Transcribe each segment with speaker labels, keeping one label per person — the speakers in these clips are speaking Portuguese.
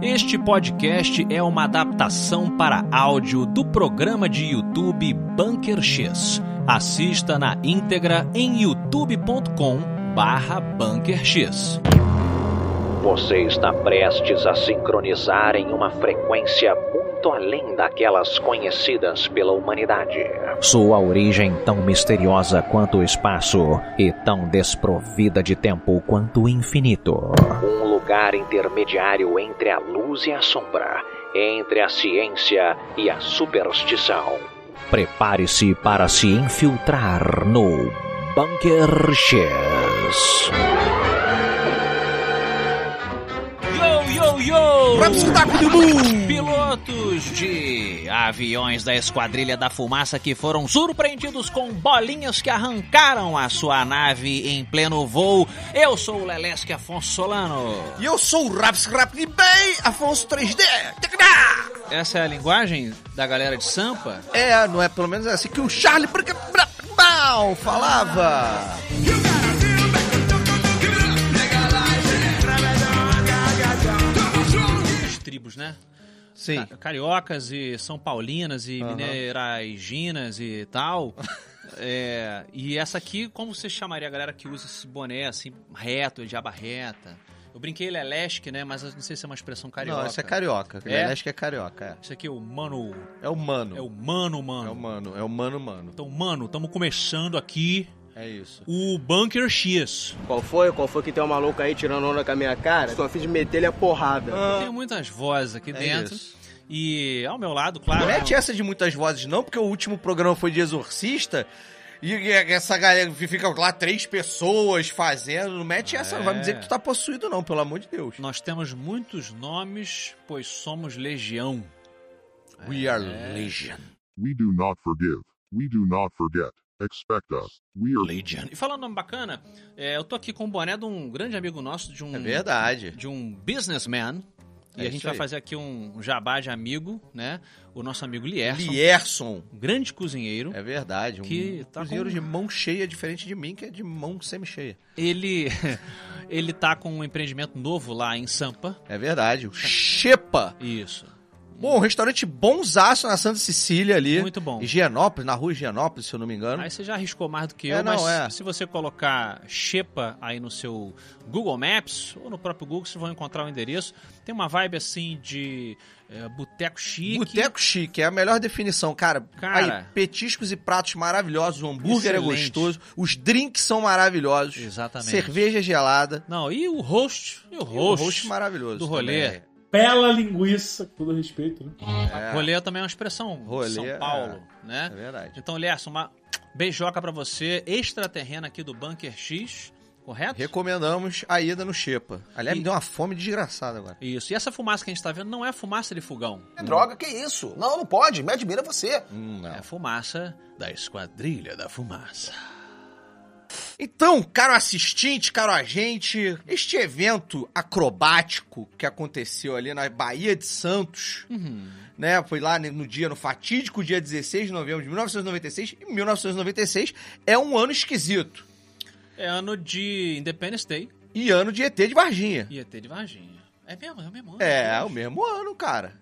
Speaker 1: Este podcast é uma adaptação para áudio do programa de YouTube Bunker X. Assista na íntegra em youtube.com barra Bunker X.
Speaker 2: Você está prestes a sincronizar em uma frequência muito além daquelas conhecidas pela humanidade. Sua origem tão misteriosa quanto o espaço e tão desprovida de tempo quanto o infinito. Um lugar intermediário entre a luz e a sombra, entre a ciência e a superstição. Prepare-se para se infiltrar no Bunker X.
Speaker 1: Yo, yo, yo!
Speaker 3: Vamos escutar com o Dudu!
Speaker 1: Pilotos de aviões da Esquadrilha da Fumaça que foram surpreendidos com bolinhas que arrancaram a sua nave em pleno voo. Eu sou o Lelesque Afonso Solano.
Speaker 3: E eu sou o Raps Rap de Bay, Afonso 3D. Tacadá!
Speaker 1: Essa é a linguagem da galera de Sampa?
Speaker 3: É, não é pelo menos assim que o Charlie Branca Brabal falava.
Speaker 1: As tribos, né?
Speaker 3: Sim.
Speaker 1: Ca- Cariocas e São Paulinas e Mineiraginas e tal. É, e essa aqui, como você chamaria a galera que usa esse boné assim, reto, de aba reta? Eu brinquei Lelesque, né? Mas eu não sei se é uma expressão carioca.
Speaker 3: Não, isso é carioca.
Speaker 1: É?
Speaker 3: É? Acho que é carioca.
Speaker 1: Isso aqui é o mano.
Speaker 3: É, é o mano.
Speaker 1: É o mano, mano.
Speaker 3: É o mano. É o mano, mano.
Speaker 1: Então, mano, estamos começando aqui
Speaker 3: É isso.
Speaker 1: o Bunker X.
Speaker 4: Qual foi? Qual foi que tem um maluco aí tirando onda com a minha cara? Só fiz meter-lhe a porrada.
Speaker 1: Tem muitas vozes aqui
Speaker 3: É
Speaker 1: dentro.
Speaker 3: isso. é
Speaker 1: E ao meu lado, claro.
Speaker 3: Não mete essa de muitas vozes, não, porque o último programa foi de exorcista. E essa galera que fica lá três pessoas fazendo, não mete essa, não vai me
Speaker 1: É.
Speaker 3: dizer que tu tá possuído, não, pelo amor de Deus.
Speaker 1: Nós temos muitos nomes, pois somos legião.
Speaker 3: We are
Speaker 1: É.
Speaker 3: legion.
Speaker 5: We do not forgive. We do not forget. Expect us. We are
Speaker 1: E falando nome bacana, é, eu tô aqui com o boné de um grande amigo nosso, de um,
Speaker 3: É verdade.
Speaker 1: de um businessman.
Speaker 3: É
Speaker 1: e a
Speaker 3: isso
Speaker 1: gente vai
Speaker 3: aí.
Speaker 1: fazer aqui um jabá de amigo, né? O nosso amigo Lierson,
Speaker 3: Lierson.
Speaker 1: um grande cozinheiro.
Speaker 3: É verdade. Um
Speaker 1: Que tá
Speaker 3: cozinheiro
Speaker 1: com-
Speaker 3: de mão cheia, diferente de mim, que é de mão semi-cheia.
Speaker 1: Ele ele tá com um empreendimento novo lá em Sampa.
Speaker 3: É verdade. O Xepa.
Speaker 1: Isso.
Speaker 3: Bom, um restaurante bonzaço na Santa Cecília ali.
Speaker 1: Muito bom.
Speaker 3: Higienópolis, na rua Higienópolis, se eu não me engano.
Speaker 1: Aí você já arriscou mais do que eu,
Speaker 3: É, não,
Speaker 1: mas
Speaker 3: é.
Speaker 1: se você colocar Xepa aí no seu Google Maps ou no próprio Google, vocês vão encontrar o endereço. Tem uma vibe assim de é, boteco chique.
Speaker 3: Boteco chique, é a melhor definição, cara.
Speaker 1: Cara.
Speaker 3: Aí, petiscos e pratos maravilhosos, o hambúrguer é
Speaker 1: Excelente.
Speaker 3: gostoso, os drinks são maravilhosos.
Speaker 1: Exatamente.
Speaker 3: Cerveja gelada.
Speaker 1: Não, e o host? E o
Speaker 3: E o
Speaker 1: host?
Speaker 3: rosto maravilhoso.
Speaker 1: do rolê.
Speaker 3: também.
Speaker 6: bela linguiça, com todo respeito, né?
Speaker 3: É,
Speaker 1: Rolê também é uma expressão
Speaker 3: Rolê,
Speaker 1: de São Paulo,
Speaker 3: é
Speaker 1: né?
Speaker 3: verdade.
Speaker 1: Então, Lerson, uma beijoca pra você, extraterrena aqui do Bunker X, correto?
Speaker 3: Recomendamos a ida no Xepa. Aliás,
Speaker 1: E-
Speaker 3: me deu uma fome desgraçada agora.
Speaker 1: Isso. E essa fumaça que a gente tá vendo não é fumaça de fogão.
Speaker 7: É droga, que isso? Não, não pode, me admira você.
Speaker 3: Hum, não.
Speaker 1: É fumaça da Esquadrilha da Fumaça.
Speaker 3: Então, caro assistinte, caro agente, este evento acrobático que aconteceu ali na Bahia de Santos, né? Foi lá no dia, no fatídico dia 16 de novembro de 1996, e 1996 é um ano esquisito.
Speaker 1: É ano de Independence Day
Speaker 3: E ano de ET de Varginha.
Speaker 1: e ET de Varginha. É mesmo, é o mesmo ano.
Speaker 3: É, é o mesmo ano, cara.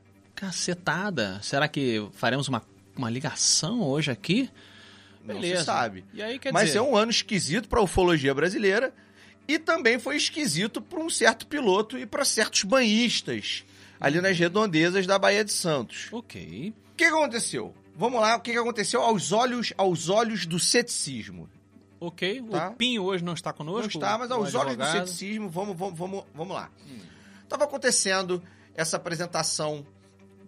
Speaker 1: Cacetada. Será que faremos uma, uma ligação hoje aqui?
Speaker 3: Não se sabe.
Speaker 1: E aí, quer
Speaker 3: Mas
Speaker 1: dizer...
Speaker 3: é um ano esquisito para a ufologia brasileira e também foi esquisito para um certo piloto e para certos banhistas ali nas redondezas da Bahia de Santos.
Speaker 1: Ok.
Speaker 3: O que aconteceu? Vamos lá, o que aconteceu aos olhos, aos olhos do ceticismo?
Speaker 1: Ok,
Speaker 3: Tá.
Speaker 1: o Pinho hoje não está conosco.
Speaker 3: Não está, mas é aos
Speaker 1: o
Speaker 3: olhos do
Speaker 1: advogado.
Speaker 3: ceticismo, vamos, vamos, vamos, vamos lá.
Speaker 1: Hum.
Speaker 3: Tava acontecendo essa apresentação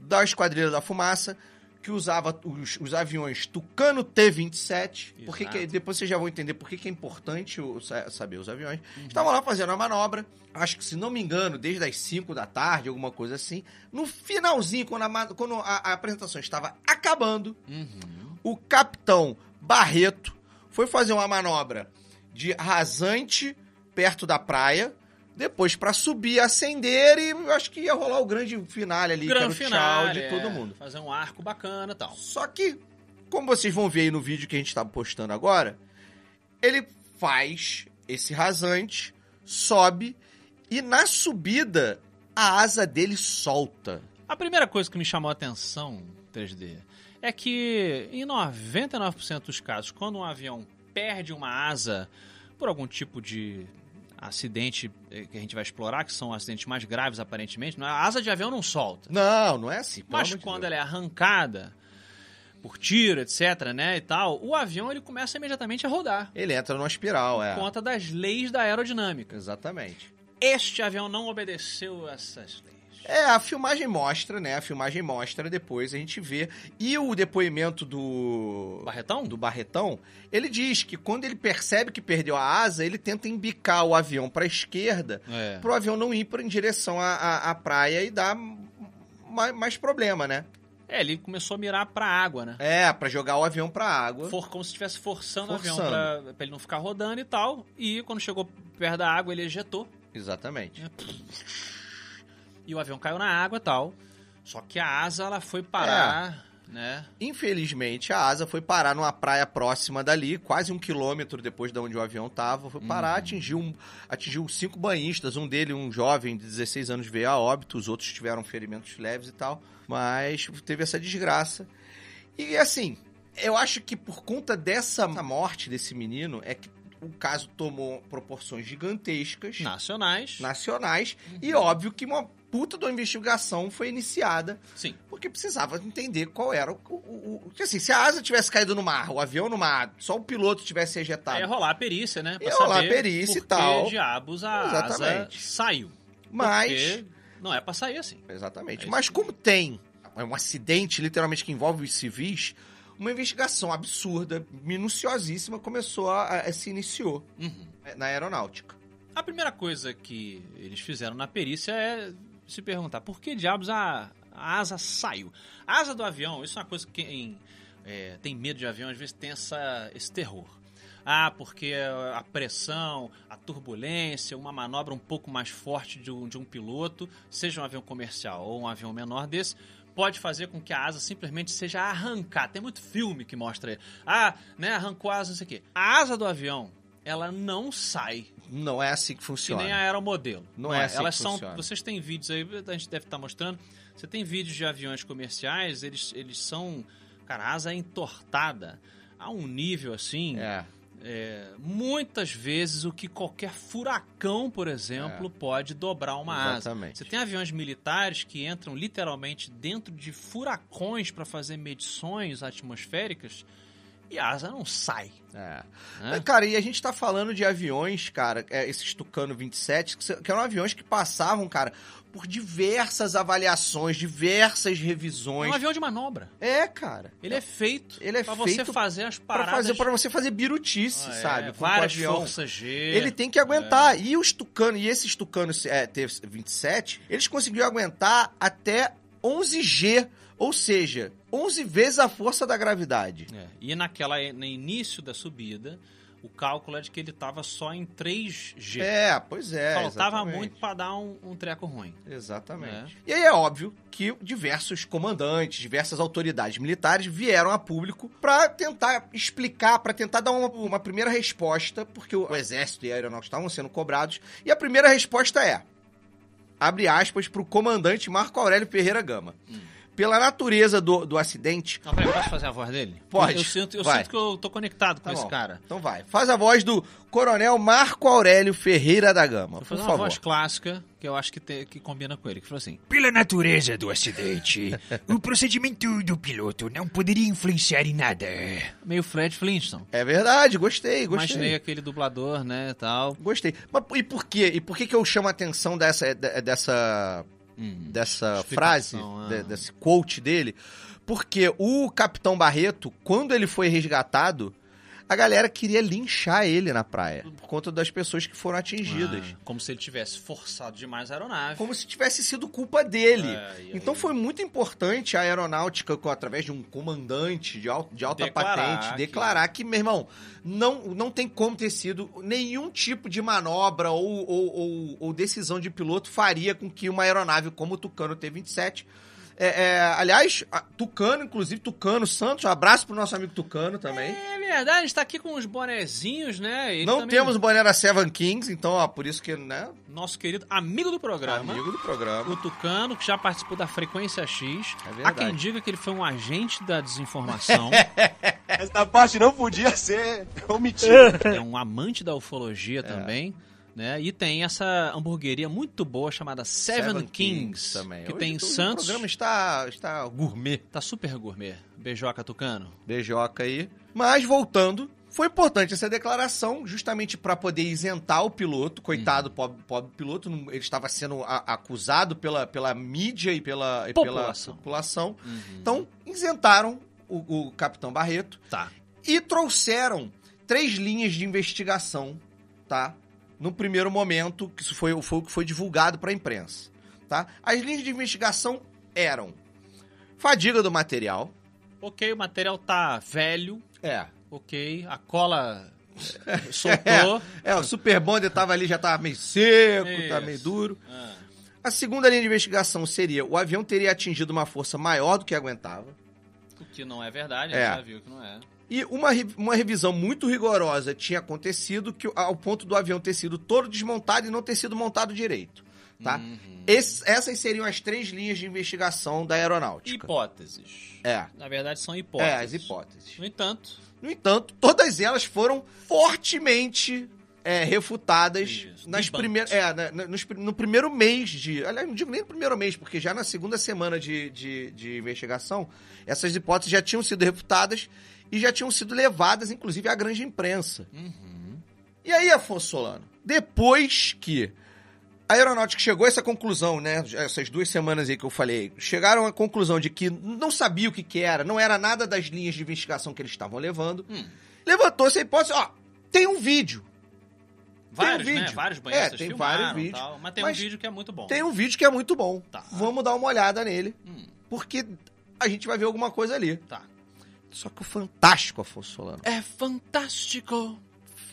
Speaker 3: da Esquadrilha da Fumaça, que usava os, os aviões Tucano T-27, porque que-
Speaker 1: Exato.
Speaker 3: depois vocês já vão entender por que que é importante o- sa- saber os aviões.
Speaker 1: Uhum.
Speaker 3: Estavam lá fazendo a manobra, acho que se não me engano, desde as 5 da tarde, alguma coisa assim. No finalzinho, quando a, ma- quando a- a apresentação estava acabando,
Speaker 1: Uhum.
Speaker 3: o capitão Barreto foi fazer uma manobra de rasante perto da praia, depois pra subir, acender e eu acho que ia rolar o grande finale ali,
Speaker 1: Grande
Speaker 3: que era o
Speaker 1: final
Speaker 3: tchau de todo mundo.
Speaker 1: Fazer um arco bacana e tal.
Speaker 3: Só que, como vocês vão ver aí no vídeo que a gente tá postando agora, ele faz esse rasante, sobe e na subida a asa dele solta.
Speaker 1: A primeira coisa que me chamou a atenção, 3D, é que em 99% dos casos, quando um avião perde uma asa por algum tipo de acidente eh, que a gente vai explorar, que são acidentes mais graves aparentemente, não é- a asa de avião não solta.
Speaker 3: Não, não é assim. pelo
Speaker 1: Mas
Speaker 3: amor de
Speaker 1: quando
Speaker 3: Deus.
Speaker 1: ela é arrancada por tiro, etc, né, e tal, o avião ele começa imediatamente a rodar.
Speaker 3: Ele entra numa espiral, é.
Speaker 1: Por conta das leis da aerodinâmica.
Speaker 3: Exatamente.
Speaker 1: Este avião não obedeceu essas leis.
Speaker 3: É, a filmagem mostra, né? A filmagem mostra, depois a gente vê. E o depoimento do.
Speaker 1: Barretão?
Speaker 3: do Barretão, ele diz que quando ele percebe que perdeu a asa, ele tenta embicar o avião pra esquerda,
Speaker 1: É.
Speaker 3: pro avião não ir pra- em direção à, à, à praia e dar mais, mais problema, né?
Speaker 1: É, ele começou a mirar pra água, né?
Speaker 3: É, pra jogar o avião pra água.
Speaker 1: For, como se estivesse forçando, o
Speaker 3: Forçando.
Speaker 1: avião pra, pra ele não ficar rodando e tal. E quando chegou perto da água, ele ejetou.
Speaker 3: Exatamente.
Speaker 1: E o avião caiu na água e tal. Só que a asa, ela foi parar,
Speaker 3: É.
Speaker 1: né?
Speaker 3: Infelizmente, a asa foi parar numa praia próxima dali, quase um quilômetro depois de onde o avião tava. Foi parar, atingiu, um- atingiu cinco banhistas, um dele, um jovem de 16 anos, veio a óbito, os outros tiveram ferimentos leves e tal. Mas teve essa desgraça. E assim, eu acho que por conta dessa morte desse menino, é que o caso tomou proporções gigantescas
Speaker 1: Nacionais.
Speaker 3: nacionais. E óbvio que uma puta de uma investigação foi iniciada
Speaker 1: Sim.
Speaker 3: porque precisava entender qual era o. o, o- o- que assim, se a asa tivesse caído no mar, o avião no mar, só o piloto tivesse
Speaker 1: Aí é ia
Speaker 3: ejetado.
Speaker 1: rolar a perícia, né? Pra
Speaker 3: tá. Ia rolar
Speaker 1: saber
Speaker 3: a perícia e
Speaker 1: por
Speaker 3: tal.
Speaker 1: que diabos a
Speaker 3: Exatamente.
Speaker 1: asa saiu.
Speaker 3: mas.
Speaker 1: Porque não é pra sair assim. É
Speaker 3: Exatamente.
Speaker 1: isso
Speaker 3: mas como tem é um acidente, literalmente, que envolve os civis, uma investigação absurda, minuciosíssima, começou a, a- se iniciou
Speaker 1: Uhum.
Speaker 3: é, na aeronáutica.
Speaker 1: A primeira coisa que eles fizeram na perícia é se perguntar por que diabos a, a asa saiu. A asa do avião, isso é uma coisa que quem é, tem medo de avião às vezes tem essa, esse terror. Ah, porque a pressão, a turbulência, uma manobra um pouco mais forte de um, de um piloto, seja um avião comercial ou um avião menor desse, pode fazer com que a asa simplesmente seja arrancada. Tem muito filme que mostra. Ah, né, arrancou a asa, não sei o quê. A asa do avião, ela não sai
Speaker 3: Não é assim que
Speaker 1: que
Speaker 3: funciona.
Speaker 1: nem a aeromodelo.
Speaker 3: Não é assim
Speaker 1: Elas
Speaker 3: que
Speaker 1: são.
Speaker 3: funciona.
Speaker 1: Vocês têm vídeos aí, a gente deve estar mostrando. Você tem vídeos de aviões comerciais, eles, eles são. Cara, a asa é entortada a um nível assim.
Speaker 3: É.
Speaker 1: é, muitas vezes o que qualquer furacão, por exemplo, pode dobrar uma
Speaker 3: É. Exatamente.
Speaker 1: asa. Você tem aviões militares que entram literalmente dentro de furacões para fazer medições atmosféricas e a asa não sai.
Speaker 3: É.
Speaker 1: né?
Speaker 3: Cara, e a gente tá falando de aviões, cara, é, esses Tucano 27, que se- que eram aviões que passavam, cara, por diversas avaliações, diversas
Speaker 1: É
Speaker 3: revisões.
Speaker 1: um avião de manobra.
Speaker 3: É, cara.
Speaker 1: Ele é feito
Speaker 3: Ele é
Speaker 1: pra você
Speaker 3: feito
Speaker 1: fazer as
Speaker 3: Pra
Speaker 1: paradas.
Speaker 3: fazer para você fazer birutice,
Speaker 1: Ah, é,
Speaker 3: sabe? com- com
Speaker 1: várias
Speaker 3: avião.
Speaker 1: forças G.
Speaker 3: Ele tem que aguentar. E os Tucano, e esses Tucanos é, T27, eles conseguiram aguentar até 11G, ou seja, 11 vezes a força da gravidade.
Speaker 1: É, E naquela, no início da subida, o cálculo é de que ele tava só em 3G.
Speaker 3: É, pois é.
Speaker 1: Faltava
Speaker 3: exatamente.
Speaker 1: muito pra dar um, um treco ruim. Né?
Speaker 3: Exatamente. E aí é óbvio que diversos comandantes, diversas autoridades militares vieram a público pra tentar explicar, pra tentar dar uma, uma primeira resposta, porque o exército e a aeronáutica estavam sendo cobrados. E a primeira resposta é, abre aspas, pro comandante Marco Aurélio Ferreira Gama.
Speaker 1: Hum.
Speaker 3: Pela natureza do, do acidente...
Speaker 1: Não, peraí, posso fazer a voz dele?
Speaker 3: Pode.
Speaker 1: Eu, eu sinto, eu
Speaker 3: Vai.
Speaker 1: sinto que eu tô conectado com
Speaker 3: Tá
Speaker 1: esse
Speaker 3: bom.
Speaker 1: cara.
Speaker 3: Então vai. Faz a voz do coronel Marco Aurélio Ferreira da Gama,
Speaker 1: Vou
Speaker 3: por
Speaker 1: fazer uma
Speaker 3: favor.
Speaker 1: voz clássica que eu acho que, te- que combina com ele. Que falou assim:
Speaker 8: Pela natureza do acidente, o procedimento do piloto não poderia influenciar em nada.
Speaker 1: meio Fred Flintstone.
Speaker 3: É verdade, gostei, gostei.
Speaker 1: Imaginei aquele dublador, né, e tal.
Speaker 3: Gostei. Mas e por quê? E por que, que eu chamo a atenção dessa, de- dessa, dessa frase,
Speaker 1: Explicação, ah.
Speaker 3: de- desse quote dele? Porque o Capitão Barreto, quando ele foi resgatado, a galera queria linchar ele na praia. Por conta das pessoas que foram atingidas.
Speaker 1: Ah, como se ele tivesse forçado demais a aeronave.
Speaker 3: Como se tivesse sido culpa dele.
Speaker 1: É, e aí?
Speaker 3: então foi muito importante a aeronáutica, co- através de um comandante de al- de alta,
Speaker 1: Declarar
Speaker 3: patente,
Speaker 1: que-
Speaker 3: declarar que, meu irmão, não, não tem como ter sido nenhum tipo de manobra ou, ou- ou- ou decisão de piloto faria com que uma aeronave como o Tucano T-27 É, é, aliás, a- Tucano, inclusive, Tucano Santos, um abraço pro nosso amigo Tucano também.
Speaker 1: É verdade, a gente tá aqui com os bonezinhos, né? Ele
Speaker 3: Não
Speaker 1: também,
Speaker 3: temos o boné da Seven Kings, então, ó, por isso que, né,
Speaker 1: Nosso querido amigo do programa.
Speaker 3: amigo do programa.
Speaker 1: O Tucano, que já participou da Frequência X.
Speaker 3: É
Speaker 1: Há
Speaker 3: verdade.
Speaker 1: quem diga que ele foi um agente da desinformação,
Speaker 9: Essa parte não podia ser omitida.
Speaker 1: é um amante da ufologia
Speaker 3: É.
Speaker 1: também, né? E tem essa hamburgueria muito boa chamada Seven, Kings,
Speaker 3: também.
Speaker 1: que
Speaker 3: Hoje
Speaker 1: tem em
Speaker 3: o- O
Speaker 1: Santos.
Speaker 3: um programa está, está gourmet.
Speaker 1: Tá super gourmet. Beijoca Tucano.
Speaker 3: Beijoca aí. Mas voltando, foi importante essa declaração justamente pra poder isentar o piloto, coitado
Speaker 1: Uhum.
Speaker 3: do pobre, pobre piloto, não- ele estava sendo a- acusado pela, pela mídia e pela e
Speaker 1: População. Uhum.
Speaker 3: Pela população. Então, isentaram o, o capitão Barreto
Speaker 1: Tá.
Speaker 3: e trouxeram três linhas de investigação, tá? No primeiro momento, que isso foi, foi o que foi divulgado para a imprensa, tá? As linhas de investigação eram fadiga do material,
Speaker 1: Ok, o material tá velho.
Speaker 3: é,
Speaker 1: Ok, a cola eh, soltou.
Speaker 3: É, o Super Bonder tava ali, já tava meio seco, tava
Speaker 1: Isso.
Speaker 3: meio duro.
Speaker 1: Ah,
Speaker 3: A segunda linha de investigação seria: o avião teria atingido uma força maior do que aguentava.
Speaker 1: o que não é verdade,
Speaker 3: É.
Speaker 1: a gente já viu que não é.
Speaker 3: E uma, re- uma revisão muito rigorosa tinha acontecido que, ao ponto do avião ter sido todo desmontado e não ter sido montado direito. Tá?
Speaker 1: Uhum.
Speaker 3: Esse- essas seriam as três linhas de investigação da aeronáutica.
Speaker 1: Hipóteses.
Speaker 3: É.
Speaker 1: Na verdade, são hipóteses.
Speaker 3: É, as hipóteses.
Speaker 1: No entanto,
Speaker 3: No entanto, todas elas foram fortemente é, refutadas
Speaker 1: Isso,
Speaker 3: nas
Speaker 1: debunked.
Speaker 3: primeiras, é, na- na- nos pri- no primeiro mês de. Aliás, não digo nem no primeiro mês, porque já na segunda semana de, de, de investigação, essas hipóteses já tinham sido refutadas e já tinham sido levadas, inclusive, à grande imprensa. E aí, Afonso Solano, depois que a aeronáutica chegou a essa conclusão, né? Essas duas semanas aí que eu falei, chegaram à conclusão de que não sabia o que, que era, não era nada das linhas de investigação que eles estavam levando.
Speaker 1: Hum.
Speaker 3: Levantou-se a hipótese, ó, tem um vídeo.
Speaker 1: vários,
Speaker 3: um vídeo.
Speaker 1: né? Vários banhistas
Speaker 3: É, tem
Speaker 1: filmaram
Speaker 3: vários vídeos.
Speaker 1: tal, mas tem
Speaker 3: Mas
Speaker 1: um vídeo que é muito bom.
Speaker 3: Tem um vídeo que é muito bom.
Speaker 1: Tá.
Speaker 3: Vamos dar uma olhada nele,
Speaker 1: Hum,
Speaker 3: porque a gente vai ver alguma coisa ali.
Speaker 1: tá.
Speaker 3: Só que o fantástico, Afonso Solano,
Speaker 1: É fantástico.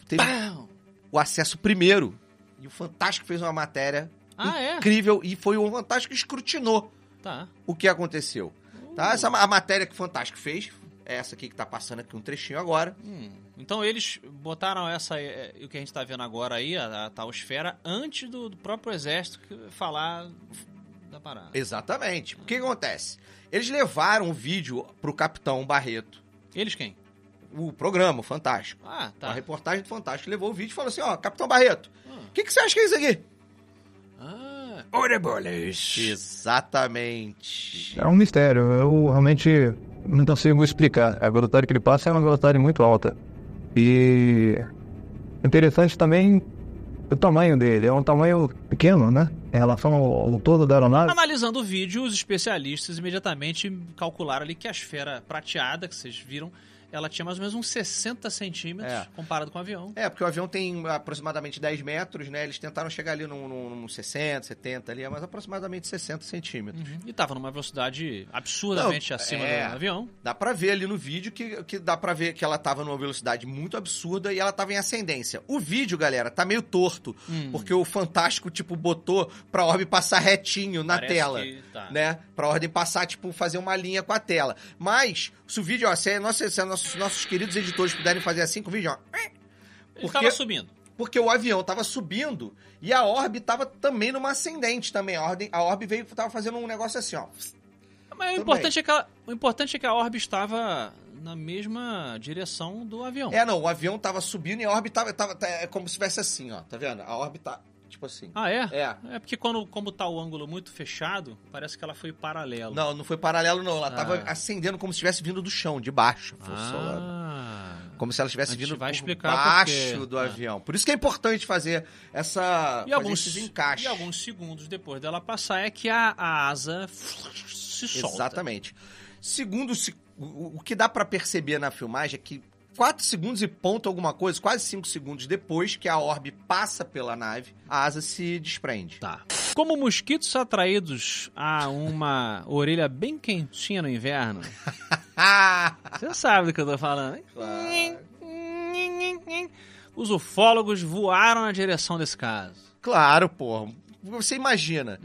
Speaker 3: teve
Speaker 1: Pau.
Speaker 3: o acesso primeiro. E o Fantástico fez uma matéria
Speaker 1: Ah, é?
Speaker 3: incrível e foi o Fantástico que escrutinou
Speaker 1: Tá.
Speaker 3: o que aconteceu. Tá? Essa, ma- a matéria que o Fantástico fez, é essa aqui que tá passando aqui um trechinho agora.
Speaker 1: Hum. Então eles botaram essa é, é, o que a gente tá vendo agora aí, a, a tal esfera, antes do, do próprio exército que- falar da parada.
Speaker 3: É. Exatamente. O que acontece? Eles levaram o vídeo pro Capitão Barreto,
Speaker 1: Eles quem?
Speaker 3: o programa, o Fantástico.
Speaker 1: Ah,
Speaker 3: A
Speaker 1: tá.
Speaker 3: reportagem do Fantástico levou o vídeo e falou assim: ó, Capitão Barreto,
Speaker 1: Ah.
Speaker 3: o que, que você acha que é isso aqui?
Speaker 1: Ah,
Speaker 8: Ora bolas.
Speaker 3: Exatamente.
Speaker 10: É um mistério. Eu realmente não consigo explicar. A velocidade que ele passa é uma velocidade muito alta. E interessante também o tamanho dele. É um tamanho pequeno, né? Em relação ao, ao todo da aeronave.
Speaker 1: Analisando o vídeo, os especialistas imediatamente calcularam ali que a esfera prateada, que vocês viram, ela tinha mais ou menos uns 60 centímetros
Speaker 3: É.
Speaker 1: comparado com o avião.
Speaker 3: É, porque o avião tem aproximadamente 10 metros, né? Eles tentaram chegar ali num, num, num 60, 70 ali, mas aproximadamente 60 centímetros.
Speaker 1: Uhum. E tava numa velocidade absurdamente
Speaker 3: Não,
Speaker 1: acima
Speaker 3: é.
Speaker 1: do avião.
Speaker 3: Dá pra ver ali no vídeo que, que dá pra ver que ela tava numa velocidade muito absurda e ela tava em ascendência. O vídeo, galera, tá meio torto,
Speaker 1: Hum.
Speaker 3: porque o Fantástico, tipo, botou pra orbe passar retinho na
Speaker 1: Parece
Speaker 3: tela.
Speaker 1: que tá.
Speaker 3: Né? Pra ordem passar, tipo, fazer uma linha com a tela. Mas, se o vídeo, ó, se, é nosso- se é nossos, nossos queridos editores puderem fazer assim com o vídeo, ó,
Speaker 1: Ele
Speaker 3: Porque-
Speaker 1: tava subindo.
Speaker 3: porque o avião tava subindo e a orbe tava também numa ascendente também. A, ordem, a orbe veio tava fazendo um negócio assim, ó.
Speaker 1: Mas o
Speaker 3: Tudo
Speaker 1: importante, é que ela- o importante é que a orbe estava na mesma direção do avião.
Speaker 3: É, não, o avião tava subindo e a orbe tava, tava- tá- é como se tivesse assim, ó. Tá vendo? A orbe tá, tipo assim.
Speaker 1: Ah, é?
Speaker 3: É.
Speaker 1: É porque quando, como tá o ângulo muito fechado, parece que ela foi paralelo.
Speaker 3: Não, não foi paralelo, não. Ela tava
Speaker 1: Ah.
Speaker 3: acendendo como se estivesse vindo do chão, de baixo. Afonso Solano.
Speaker 1: Ah.
Speaker 3: Como se ela estivesse
Speaker 1: A gente
Speaker 3: vindo
Speaker 1: vai
Speaker 3: por
Speaker 1: explicar
Speaker 3: baixo
Speaker 1: por quê.
Speaker 3: do
Speaker 1: Ah.
Speaker 3: avião. Por isso que é importante fazer essa.
Speaker 1: E
Speaker 3: fazer
Speaker 1: alguns,
Speaker 3: esses encaixes.
Speaker 1: e alguns segundos depois dela passar é que a, a asa se solta.
Speaker 3: Exatamente. Segundo se- o, o que dá pra perceber na filmagem é que 4 segundos e ponto alguma coisa, quase 5 segundos depois que a orbe passa pela nave, a asa se desprende.
Speaker 1: Tá. Como mosquitos atraídos a uma orelha bem quentinha no inverno,
Speaker 3: Ah!
Speaker 1: você sabe do que eu tô falando, hein?
Speaker 3: Claro.
Speaker 1: Os ufólogos voaram na direção desse caso.
Speaker 3: Claro, pô. Você imagina,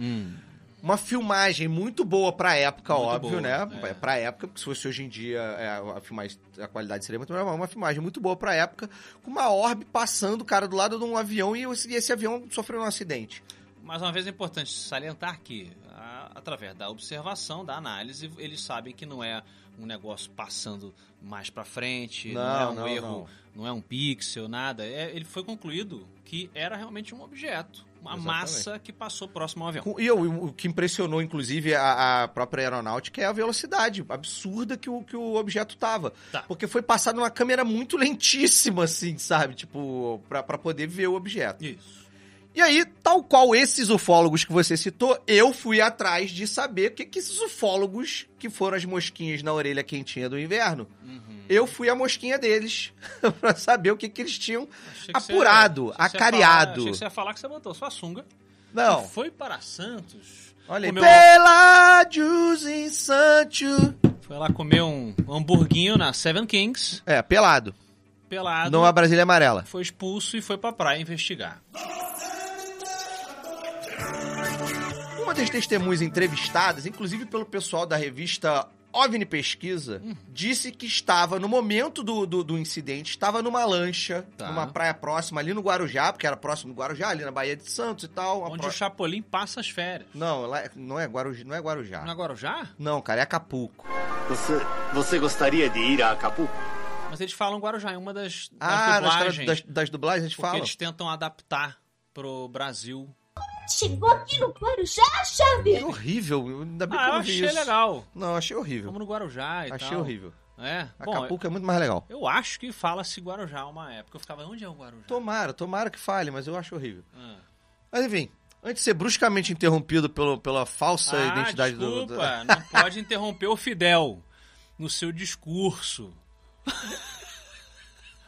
Speaker 3: Uma filmagem muito boa pra época,
Speaker 1: Hum. Muito
Speaker 3: óbvio,
Speaker 1: boa,
Speaker 3: né?
Speaker 1: é.
Speaker 3: Pra época, porque se fosse hoje em dia, é, a, filmagem, a qualidade seria muito melhor. mas Uma filmagem muito boa pra época, com uma orbe passando, cara, do lado de um avião e esse, esse avião sofreu um acidente.
Speaker 1: Mais uma vez é importante salientar que, a- através da observação, da análise, eles sabem que não é um negócio passando mais pra frente, não,
Speaker 3: Não,
Speaker 1: é um
Speaker 3: não,
Speaker 1: erro, não. é um pixel, nada. É, ele foi concluído que era realmente um objeto, uma
Speaker 3: Exatamente.
Speaker 1: massa que passou próximo ao avião.
Speaker 3: Com- E o, o que impressionou, inclusive, a, a própria aeronáutica é a velocidade absurda que o, que o objeto tava.
Speaker 1: Tá.
Speaker 3: Porque foi passado numa câmera muito lentíssima, assim, sabe? Tipo, pra, pra poder ver o objeto.
Speaker 1: Isso.
Speaker 3: E aí, tal qual esses ufólogos que você citou, eu fui atrás de saber o que, que esses ufólogos, que foram as mosquinhas na orelha quentinha do inverno,
Speaker 1: Uhum.
Speaker 3: eu fui a mosquinha deles pra saber o que, que eles tinham.
Speaker 1: Achei que você-
Speaker 3: Apurado,
Speaker 1: achei que você ia
Speaker 3: acariado.
Speaker 1: falar- achei que você ia falar que você botou sua sunga
Speaker 3: Não,
Speaker 1: e foi para Santos.
Speaker 3: olha aí.
Speaker 1: comeu- um,
Speaker 3: Peladios em Sancho.
Speaker 1: Foi lá comer um hamburguinho na Seven Kings,
Speaker 3: É, pelado.
Speaker 1: pelado.
Speaker 3: Não a Brasília amarela.
Speaker 1: Foi expulso e foi pra praia investigar.
Speaker 3: Uma das testemunhas entrevistadas, inclusive pelo pessoal da revista OVNI Pesquisa,
Speaker 1: Hum.
Speaker 3: disse que estava, no momento do, do, do incidente, estava numa lancha,
Speaker 1: Tá.
Speaker 3: numa praia próxima, ali no Guarujá, porque era próximo do Guarujá, ali na Baía de Santos e tal. uma
Speaker 1: onde
Speaker 3: pro-
Speaker 1: o Chapolin passa as férias.
Speaker 3: Não, lá, não, é Guarujá, não é Guarujá.
Speaker 1: Na Guarujá?
Speaker 3: Não, cara, é Acapulco.
Speaker 4: Você, você gostaria de ir a Acapulco?
Speaker 1: Mas eles falam Guarujá, é uma das, das
Speaker 3: Ah, das, tra-
Speaker 1: dublagens.
Speaker 3: das, das dublagens eles
Speaker 1: porque
Speaker 3: falam.
Speaker 1: eles tentam adaptar pro Brasil.
Speaker 11: Chegou aqui no Guarujá, Xavier!
Speaker 3: É horrível, eu- ainda bem que
Speaker 1: Ah,
Speaker 3: eu
Speaker 1: eu
Speaker 3: não vi
Speaker 1: achei
Speaker 3: isso.
Speaker 1: legal.
Speaker 3: Não, achei horrível.
Speaker 1: Vamos no Guarujá e
Speaker 3: Achei
Speaker 1: tal.
Speaker 3: horrível.
Speaker 1: É, bom,
Speaker 3: Acapulco é muito mais legal.
Speaker 1: eu acho que fala-se Guarujá uma época. Eu ficava, onde é o Guarujá?
Speaker 3: Tomara, tomara que fale, mas eu acho horrível.
Speaker 1: Ah.
Speaker 3: Mas enfim, antes de ser bruscamente interrompido pelo, pela falsa
Speaker 1: Ah,
Speaker 3: identidade do- do.
Speaker 1: desculpa, não pode interromper o Fidel no seu discurso.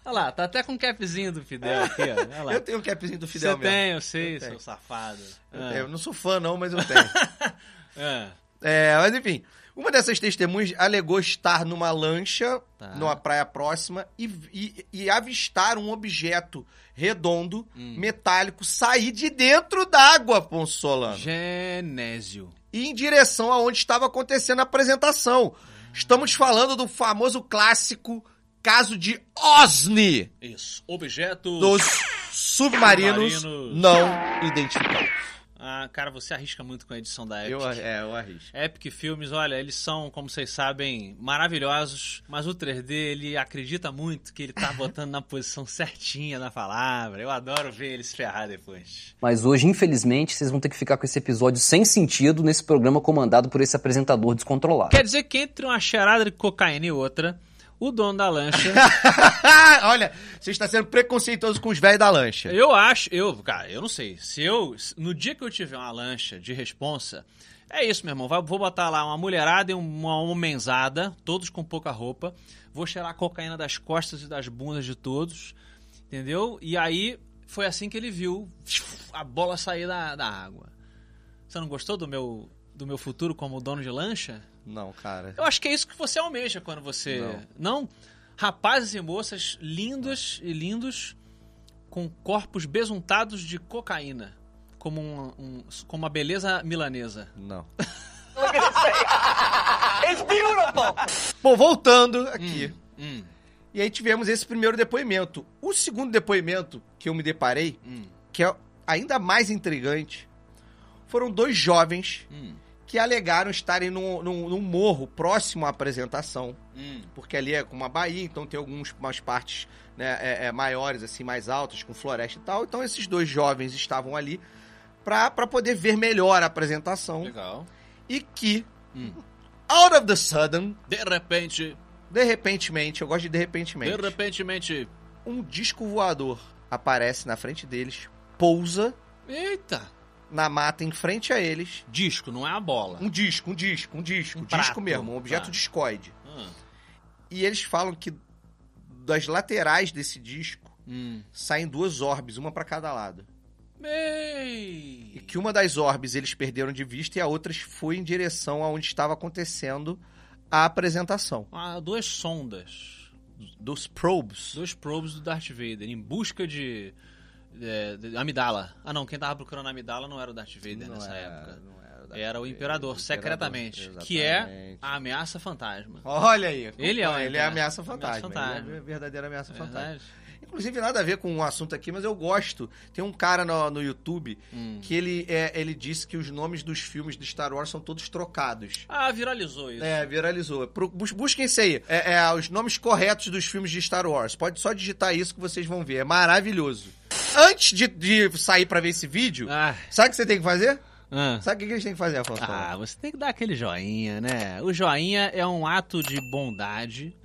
Speaker 1: Olha lá, tá até com o capzinho do Fidel aqui, ó. Olha lá.
Speaker 3: Eu tenho o capzinho do
Speaker 1: Você
Speaker 3: Fidel mesmo.
Speaker 1: tem, eu sei,
Speaker 3: Eu
Speaker 1: seu
Speaker 3: tenho.
Speaker 1: safado.
Speaker 3: Eu,
Speaker 1: Ah,
Speaker 3: tenho. Eu não sou fã, não, mas eu tenho.
Speaker 1: ah.
Speaker 3: é, mas enfim, uma dessas testemunhas alegou estar numa lancha,
Speaker 1: Tá.
Speaker 3: numa praia próxima, e, e, e avistar um objeto redondo,
Speaker 1: Hum.
Speaker 3: metálico, sair de dentro d'água, Afonso Solano.
Speaker 1: Genésio.
Speaker 3: e em direção aonde estava acontecendo a apresentação. Estamos falando do famoso clássico caso de Osni
Speaker 1: Isso. Objeto.
Speaker 3: dos submarinos,
Speaker 1: Submarinos.
Speaker 3: não identificados.
Speaker 1: Ah, cara, você arrisca muito com a edição da Epic.
Speaker 3: Eu, é, eu arrisco.
Speaker 1: Epic Filmes, olha, eles são, como vocês sabem, maravilhosos, mas o 3D, ele acredita muito que ele tá botando na posição certinha da palavra. Eu adoro ver ele se ferrar depois.
Speaker 12: Mas hoje, infelizmente, vocês vão ter que ficar com esse episódio sem sentido nesse programa comandado por esse apresentador descontrolado.
Speaker 1: Quer dizer que entre uma cheirada de cocaína e outra, o dono da lancha,
Speaker 3: Olha, você está sendo preconceituoso com os velhos da lancha.
Speaker 1: eu acho, eu, cara, eu não sei, se eu, se- no dia que eu tiver uma lancha de responsa, é isso, meu irmão, vai- vou botar lá uma mulherada e um, uma homenzada, todos com pouca roupa, vou cheirar a cocaína das costas e das bundas de todos, entendeu? E aí, foi assim que ele viu a bola sair da, da água. Você não gostou do meu, do meu futuro como dono de lancha?
Speaker 3: Não, cara.
Speaker 1: Eu acho que é isso que você almeja quando você. Não. Rapazes e moças lindas e lindos com corpos besuntados de cocaína. Como, um, um- como uma beleza milanesa.
Speaker 3: Não. Bom, voltando aqui.
Speaker 1: Hum,
Speaker 3: E aí tivemos esse primeiro depoimento. O segundo depoimento que eu me deparei,
Speaker 1: hum,
Speaker 3: que é ainda mais intrigante, foram dois jovens
Speaker 1: hum,
Speaker 3: que alegaram estarem num, num- num morro próximo à apresentação,
Speaker 1: hum.
Speaker 3: porque ali é com uma baía, então tem algumas partes né, é- é, maiores, assim, mais altas, com floresta e tal. Então esses dois jovens estavam ali pra pra poder ver melhor a apresentação
Speaker 1: Legal.
Speaker 3: e que,
Speaker 1: Hum.
Speaker 3: out of the sudden,
Speaker 1: De repente,
Speaker 3: de repentemente, eu gosto de de
Speaker 1: de
Speaker 3: repentemente,
Speaker 1: repentemente.
Speaker 3: um disco voador aparece na frente deles, pousa
Speaker 1: Eita!
Speaker 3: na mata em frente a eles.
Speaker 1: Disco, não é a bola.
Speaker 3: Um disco, um disco, um disco,
Speaker 1: Um
Speaker 3: um disco
Speaker 1: prato.
Speaker 3: mesmo, um objeto
Speaker 1: Tá.
Speaker 3: discoide.
Speaker 1: Ah,
Speaker 3: E eles falam que das laterais desse disco
Speaker 1: hum.
Speaker 3: saem duas orbes, uma pra cada lado. E
Speaker 1: Ei!
Speaker 3: que uma das orbes eles perderam de vista e a outra foi em direção aonde estava acontecendo a apresentação.
Speaker 1: Ah, duas sondas.
Speaker 3: Dos probes.
Speaker 1: Dois probes do Darth Vader em busca de, é, de amidala. Ah, não, quem tava procurando amidala não era o Darth Vader nessa época.
Speaker 3: Não era. da-
Speaker 2: Era o imperador, secretamente.
Speaker 3: exatamente.
Speaker 2: Que é a ameaça fantasma.
Speaker 3: Olha aí.
Speaker 2: Ele é, o
Speaker 3: Ele é a ameaça fantasma.
Speaker 2: fantasma.
Speaker 3: Ele é a verdadeira ameaça
Speaker 2: Verdade.
Speaker 3: fantasma. Inclusive, nada a ver com o assunto aqui, mas eu gosto. Tem um cara no, no YouTube
Speaker 1: Hum.
Speaker 3: que ele, é, ele disse que os nomes dos filmes de Star Wars são todos trocados.
Speaker 2: Ah, viralizou isso.
Speaker 3: É, viralizou. Pro- bus- busquem isso aí. É, é, os nomes corretos dos filmes de Star Wars. Pode só digitar isso que vocês vão ver. É maravilhoso. Antes de, de sair pra ver esse vídeo,
Speaker 1: Ah,
Speaker 3: sabe o que você tem que fazer? Sabe o que que eles têm que fazer, Afonso?
Speaker 2: É. Ah, você tem que dar aquele joinha, né? O joinha é um ato de bondade,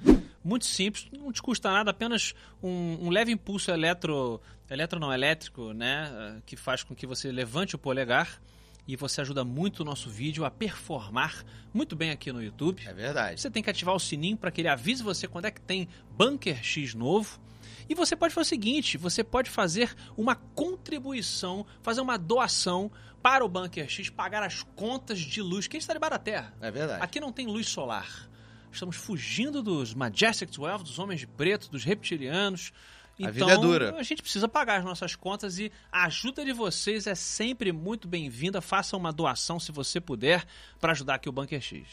Speaker 2: muito simples, não te custa nada, apenas um, um leve impulso eletro, eletro não elétrico, né? eh, Que faz com que você levante o polegar e você ajuda muito o nosso vídeo a performar muito bem aqui no YouTube. É
Speaker 3: verdade.
Speaker 2: Você tem que ativar o sininho para que ele avise você quando é que tem Bunker X novo. E você pode fazer o seguinte: você pode fazer uma contribuição, fazer uma doação para o Bunker X pagar as contas de luz. Quem está debaixo da Terra?
Speaker 3: É verdade.
Speaker 2: Aqui não tem luz solar. Estamos fugindo dos Majestic 12, dos Homens de Preto, dos Reptilianos.
Speaker 3: A
Speaker 2: Então,
Speaker 3: vida é dura.
Speaker 2: A gente precisa pagar as nossas contas e a ajuda de vocês é sempre muito bem-vinda. Faça uma doação, se você puder, para ajudar aqui o Bunker X.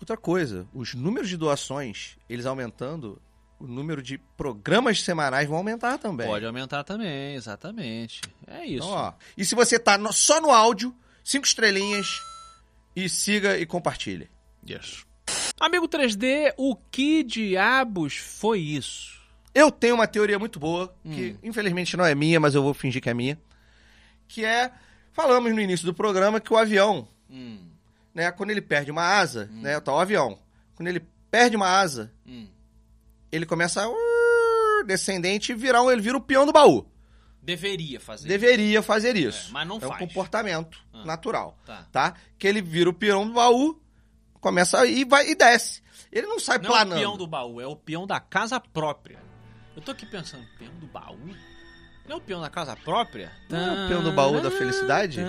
Speaker 3: Outra coisa, os números de doações, eles aumentando, o número de programas semanais vão aumentar também.
Speaker 2: Pode aumentar também, exatamente. É isso.
Speaker 3: Então, ó, e se você tá no- só no áudio, cinco estrelinhas e siga e compartilhe.
Speaker 2: Yes. Amigo 3D, o que diabos foi isso?
Speaker 3: Eu tenho uma teoria muito boa, que
Speaker 2: Hum.
Speaker 3: infelizmente não é minha, mas eu vou fingir que é minha, que é, falamos no início do programa que o avião,
Speaker 2: Hum.
Speaker 3: né, quando ele perde uma asa, né, tá o avião, quando ele perde uma asa,
Speaker 2: Hum.
Speaker 3: ele começa a uh, descendente e virar um, ele vira o peão do baú.
Speaker 2: Deveria fazer.
Speaker 3: Deveria fazer isso.
Speaker 2: É, mas não
Speaker 3: é
Speaker 2: faz.
Speaker 3: um comportamento natural,
Speaker 2: Tá.
Speaker 3: tá? Que ele vira o peão do baú, começa a- e vai e desce. Ele não sai
Speaker 2: Não
Speaker 3: planando.
Speaker 2: é o peão do baú, é o peão da casa própria. Eu tô aqui pensando, peão do baú? Não é o peão da casa própria?
Speaker 3: Não é o peão do baú da felicidade?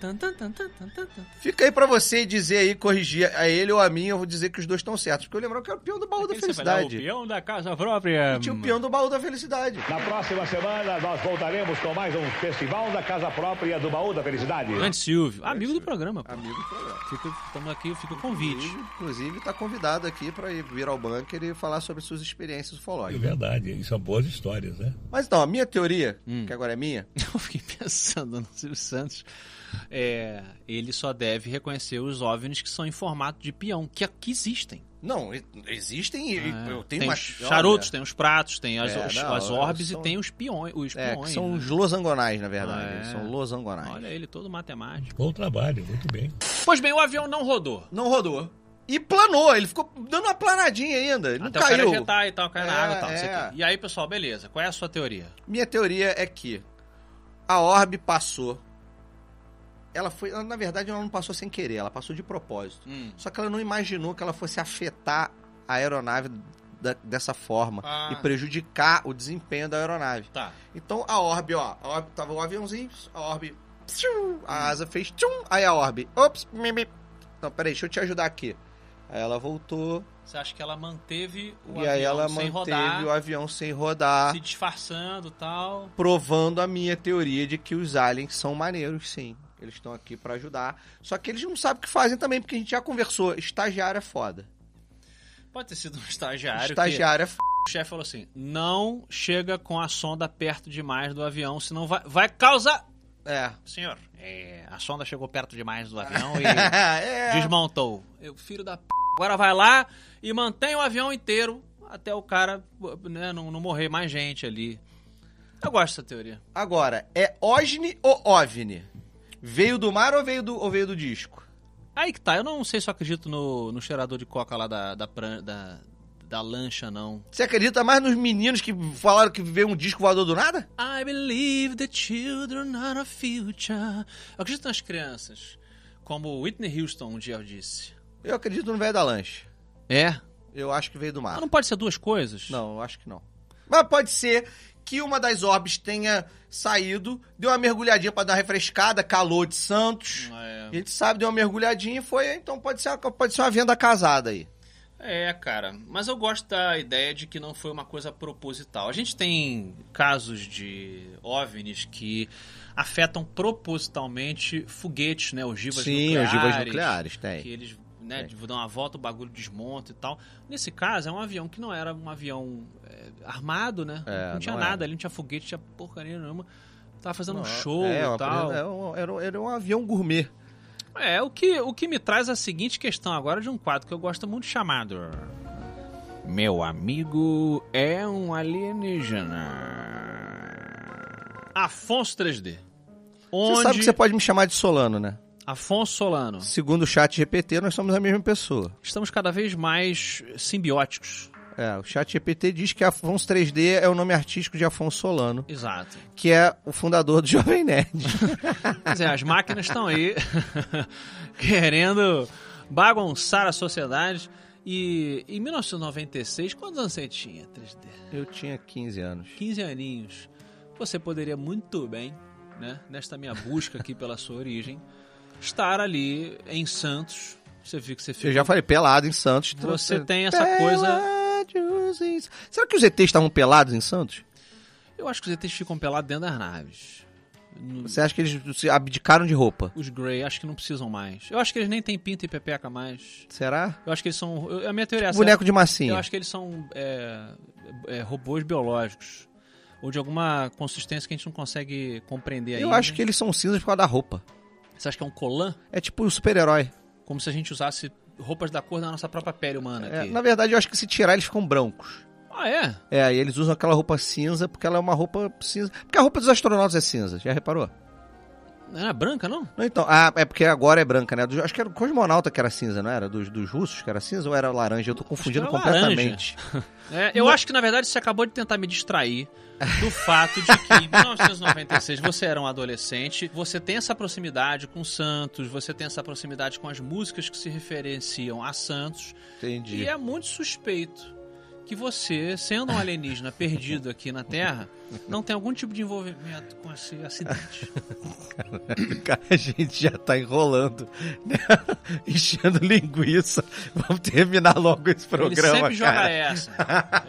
Speaker 2: Tan, tan, tan, tan, tan, tan, tan.
Speaker 3: Fica aí pra você dizer aí, corrigir a ele ou a mim, eu vou dizer que os dois estão certos. Porque eu lembro que era o peão do baú da
Speaker 2: Aquele você fala, é o
Speaker 3: felicidade.
Speaker 2: peão da casa própria.
Speaker 3: E tinha o peão do baú da felicidade.
Speaker 10: Na próxima semana nós voltaremos com mais um Festival da Casa Própria do Baú da Felicidade.
Speaker 2: Grande Silvio, amigo do programa. pô.
Speaker 3: Amigo do programa.
Speaker 2: Estamos aqui, fica o convite.
Speaker 3: Inclusive, tá convidado aqui pra ir vir ao bunker e falar sobre suas experiências ufológicas.
Speaker 5: É verdade, e são boas histórias, né?
Speaker 3: Mas então, a minha teoria,
Speaker 2: Hum.
Speaker 3: que agora é minha.
Speaker 2: Eu fiquei pensando no Silvio Santos. É, ele só deve reconhecer os OVNIs que são em formato de peão, que aqui existem. É.
Speaker 3: Não, e- existem e e eu tenho
Speaker 2: Ah, tem
Speaker 3: uma.
Speaker 2: os charutos, tem os pratos, tem as,
Speaker 3: É,
Speaker 2: os-
Speaker 3: não,
Speaker 2: as orbes
Speaker 3: são-
Speaker 2: e tem os peões. Os
Speaker 3: É,
Speaker 2: peões
Speaker 3: que são
Speaker 2: né?
Speaker 3: os losangonais, na verdade.
Speaker 2: É.
Speaker 3: São losangonais.
Speaker 2: Olha ele todo matemático.
Speaker 5: Bom trabalho, muito bem.
Speaker 2: Pois bem, o avião não rodou.
Speaker 3: Não rodou. E planou, ele ficou dando uma planadinha ainda. Ele não
Speaker 2: Até Então o
Speaker 3: Ah, caiu.
Speaker 2: cara injetar e tal, cair na
Speaker 3: É,
Speaker 2: água e tal.
Speaker 3: é.
Speaker 2: isso aqui. E aí, pessoal, beleza. Qual é a sua teoria?
Speaker 3: Minha teoria é que a orbe passou. Ela foi, ela, na verdade, ela não passou sem querer, ela passou de propósito. Só que ela não imaginou que ela fosse afetar a aeronave da- dessa forma
Speaker 2: Ah.
Speaker 3: e prejudicar o desempenho da aeronave.
Speaker 2: Tá.
Speaker 3: Então a orbe, ó, a orbe tava o aviãozinho, a orbe, psiu, a asa fez tchum, aí a orbe, ops, mimi. Não, peraí, deixa eu te ajudar aqui. Aí ela voltou
Speaker 2: Você acha que ela manteve o
Speaker 3: e
Speaker 2: avião
Speaker 3: aí ela
Speaker 2: sem
Speaker 3: manteve
Speaker 2: rodar,
Speaker 3: o avião sem rodar.
Speaker 2: se disfarçando e tal?
Speaker 3: provando a minha teoria de que os aliens são maneiros, sim. Eles estão aqui pra ajudar. Só que eles não sabem o que fazem também, porque a gente já conversou. Estagiário é foda.
Speaker 2: Pode ter sido um estagiário.
Speaker 3: Estagiário é
Speaker 2: que... O chefe falou assim: não chega com a sonda perto demais do avião, senão vai, vai causar.
Speaker 3: É.
Speaker 2: Senhor, é, a sonda chegou perto demais do avião e
Speaker 3: É.
Speaker 2: desmontou. Eu, filho da p. Agora vai lá e mantém o avião inteiro até o cara né, não, não morrer mais gente ali. Eu gosto dessa teoria.
Speaker 3: Agora, é OGNI ou OVNI? Veio do mar ou veio do, ou veio do disco?
Speaker 2: Aí que tá, eu não sei se eu acredito no, no cheirador de coca lá da, da, pran- da, da lancha, não.
Speaker 3: Você acredita mais nos meninos que falaram que veio um disco voador do nada?
Speaker 2: I believe the children are our future. Eu acredito nas crianças, como Whitney Houston um dia disse.
Speaker 3: Eu acredito no velho da lanche.
Speaker 2: É?
Speaker 3: Eu acho que veio do mar.
Speaker 2: Mas não pode ser duas coisas?
Speaker 3: Não, eu acho que não. Mas pode ser que uma das orbes tenha saído, deu uma mergulhadinha pra dar uma refrescada, calor de Santos.
Speaker 2: É,
Speaker 3: A gente sabe, deu uma mergulhadinha e foi. Então pode ser, uma- pode ser uma venda casada aí.
Speaker 2: É, cara. Mas eu gosto da ideia de que não foi uma coisa proposital. A gente tem casos de OVNIs que afetam propositalmente foguetes, né? Ogivas
Speaker 3: Sim,
Speaker 2: nucleares.
Speaker 3: ogivas nucleares, tem.
Speaker 2: Que eles né, dão uma volta, o bagulho desmonta e tal. Nesse caso, é um avião que não era um avião é, armado, né?
Speaker 3: É,
Speaker 2: não tinha
Speaker 3: não
Speaker 2: nada
Speaker 3: era.
Speaker 2: ali, não tinha foguete, não tinha porcaria nenhuma. Tava fazendo um
Speaker 3: Não,
Speaker 2: show
Speaker 3: é,
Speaker 2: e
Speaker 3: uma-
Speaker 2: tal.
Speaker 3: Era um, era um- era um avião gourmet.
Speaker 2: É, o que, o que me traz a seguinte questão agora de um quadro que eu gosto muito chamado. Meu amigo é um alienígena. Afonso 3D. Onde
Speaker 3: Você sabe que você pode me chamar de Solano, né?
Speaker 2: Afonso Solano.
Speaker 3: Segundo o chat GPT, nós somos a mesma pessoa.
Speaker 2: Estamos cada vez mais simbióticos.
Speaker 3: É, o chat GPT diz que Afonso 3D é o nome artístico de Afonso Solano,
Speaker 2: Exato.
Speaker 3: que é o fundador do Jovem Nerd.
Speaker 2: Pois é, as máquinas estão aí querendo bagunçar a sociedade. E em 1996, quantos anos você tinha, 3D?
Speaker 3: Eu tinha 15 anos.
Speaker 2: 15 aninhos. Você poderia muito bem, né, nesta minha busca aqui pela sua origem, estar ali em Santos. Você viu que você
Speaker 3: Eu
Speaker 2: fez.
Speaker 3: já falei, pelado em Santos.
Speaker 2: Você tem essa coisa.
Speaker 3: Pelados em- Será que os ETs estavam pelados em Santos?
Speaker 2: Eu acho que os ETs ficam pelados dentro das naves. No-
Speaker 3: Você acha que eles se abdicaram de roupa?
Speaker 2: Os Grey, acho que não precisam mais. Eu acho que eles nem têm pinta e pepeca mais.
Speaker 3: Será?
Speaker 2: Eu acho que eles são. eu- a minha teoria é
Speaker 3: Tipo boneco de massinha.
Speaker 2: Eu acho que eles são é, é, robôs biológicos. Ou de alguma consistência que a gente não consegue compreender
Speaker 3: Eu
Speaker 2: ainda.
Speaker 3: acho que eles são cinzas por causa da roupa.
Speaker 2: Você acha que é um colã?
Speaker 3: É tipo o super-herói.
Speaker 2: Como se a gente usasse roupas da cor da nossa própria pele humana.
Speaker 3: É,
Speaker 2: aqui.
Speaker 3: na verdade, eu acho que se tirar, eles ficam brancos.
Speaker 2: Ah, é?
Speaker 3: É, e eles usam aquela roupa cinza porque ela é uma roupa cinza. Porque a roupa dos astronautas é cinza, já reparou?
Speaker 2: Não era branca, não?
Speaker 3: Não, então, ah, é porque agora é branca, né? Dos- acho que era o cosmonauta que era cinza, não era? Dos, dos russos que era cinza ou era laranja? Eu tô confundindo
Speaker 2: era
Speaker 3: completamente.
Speaker 2: É, eu acho que, na verdade, você acabou de tentar me distrair do fato de que em 1996 você era um adolescente, você tem essa proximidade com Santos, você tem essa proximidade com as músicas que se referenciam a Santos,
Speaker 3: Entendi.
Speaker 2: e é muito suspeito que você, sendo um alienígena perdido aqui na Terra, não tem algum tipo de envolvimento com esse acidente.
Speaker 3: Cara, a gente já tá enrolando, né? enchendo linguiça. Vamos terminar logo esse
Speaker 2: Ele
Speaker 3: programa,
Speaker 2: sempre joga
Speaker 3: cara.
Speaker 2: essa.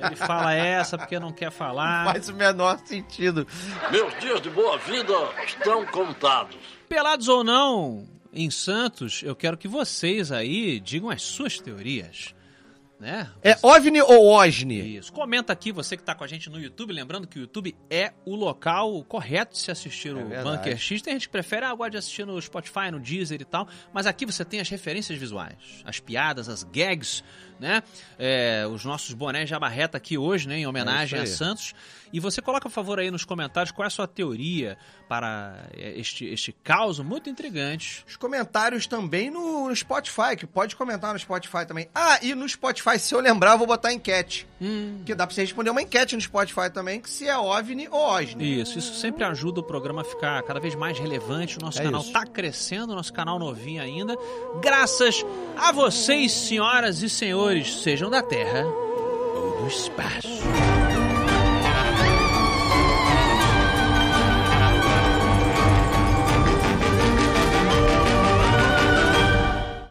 Speaker 2: Ele fala essa porque não quer falar.
Speaker 3: Faz o menor sentido.
Speaker 4: Meus dias de boa vida estão contados.
Speaker 2: Pelados ou não, em Santos, eu quero que vocês aí digam as suas teorias. Né?
Speaker 3: É OVNI ou OSNI?
Speaker 2: Isso. Comenta aqui, você que tá com a gente no YouTube, lembrando que o YouTube é o local correto de se assistir o
Speaker 3: É verdade.
Speaker 2: Bunker X. Tem gente que prefere, ah, eu gosto de assistir no Spotify, no Deezer e tal, mas aqui você tem as referências visuais, as piadas, as gags, né? É, os nossos bonés de abarreta aqui hoje, né, em homenagem
Speaker 3: É
Speaker 2: a
Speaker 3: isso aí.
Speaker 2: Santos. E você coloca, por favor, aí nos comentários qual é a sua teoria para é, este, este caos muito intrigante.
Speaker 3: Os comentários também no no Spotify, que pode comentar no Spotify também. Ah, e no Spotify, se eu lembrar, eu vou botar enquete.
Speaker 2: Hum.
Speaker 3: Que dá pra você responder uma enquete no Spotify também, que se é OVNI ou OSNI.
Speaker 2: Isso, isso sempre ajuda o programa a ficar cada vez mais relevante. O nosso
Speaker 3: É
Speaker 2: canal
Speaker 3: isso.
Speaker 2: está crescendo, o nosso canal novinho ainda. Graças a vocês, senhoras e senhores, sejam da Terra ou do espaço.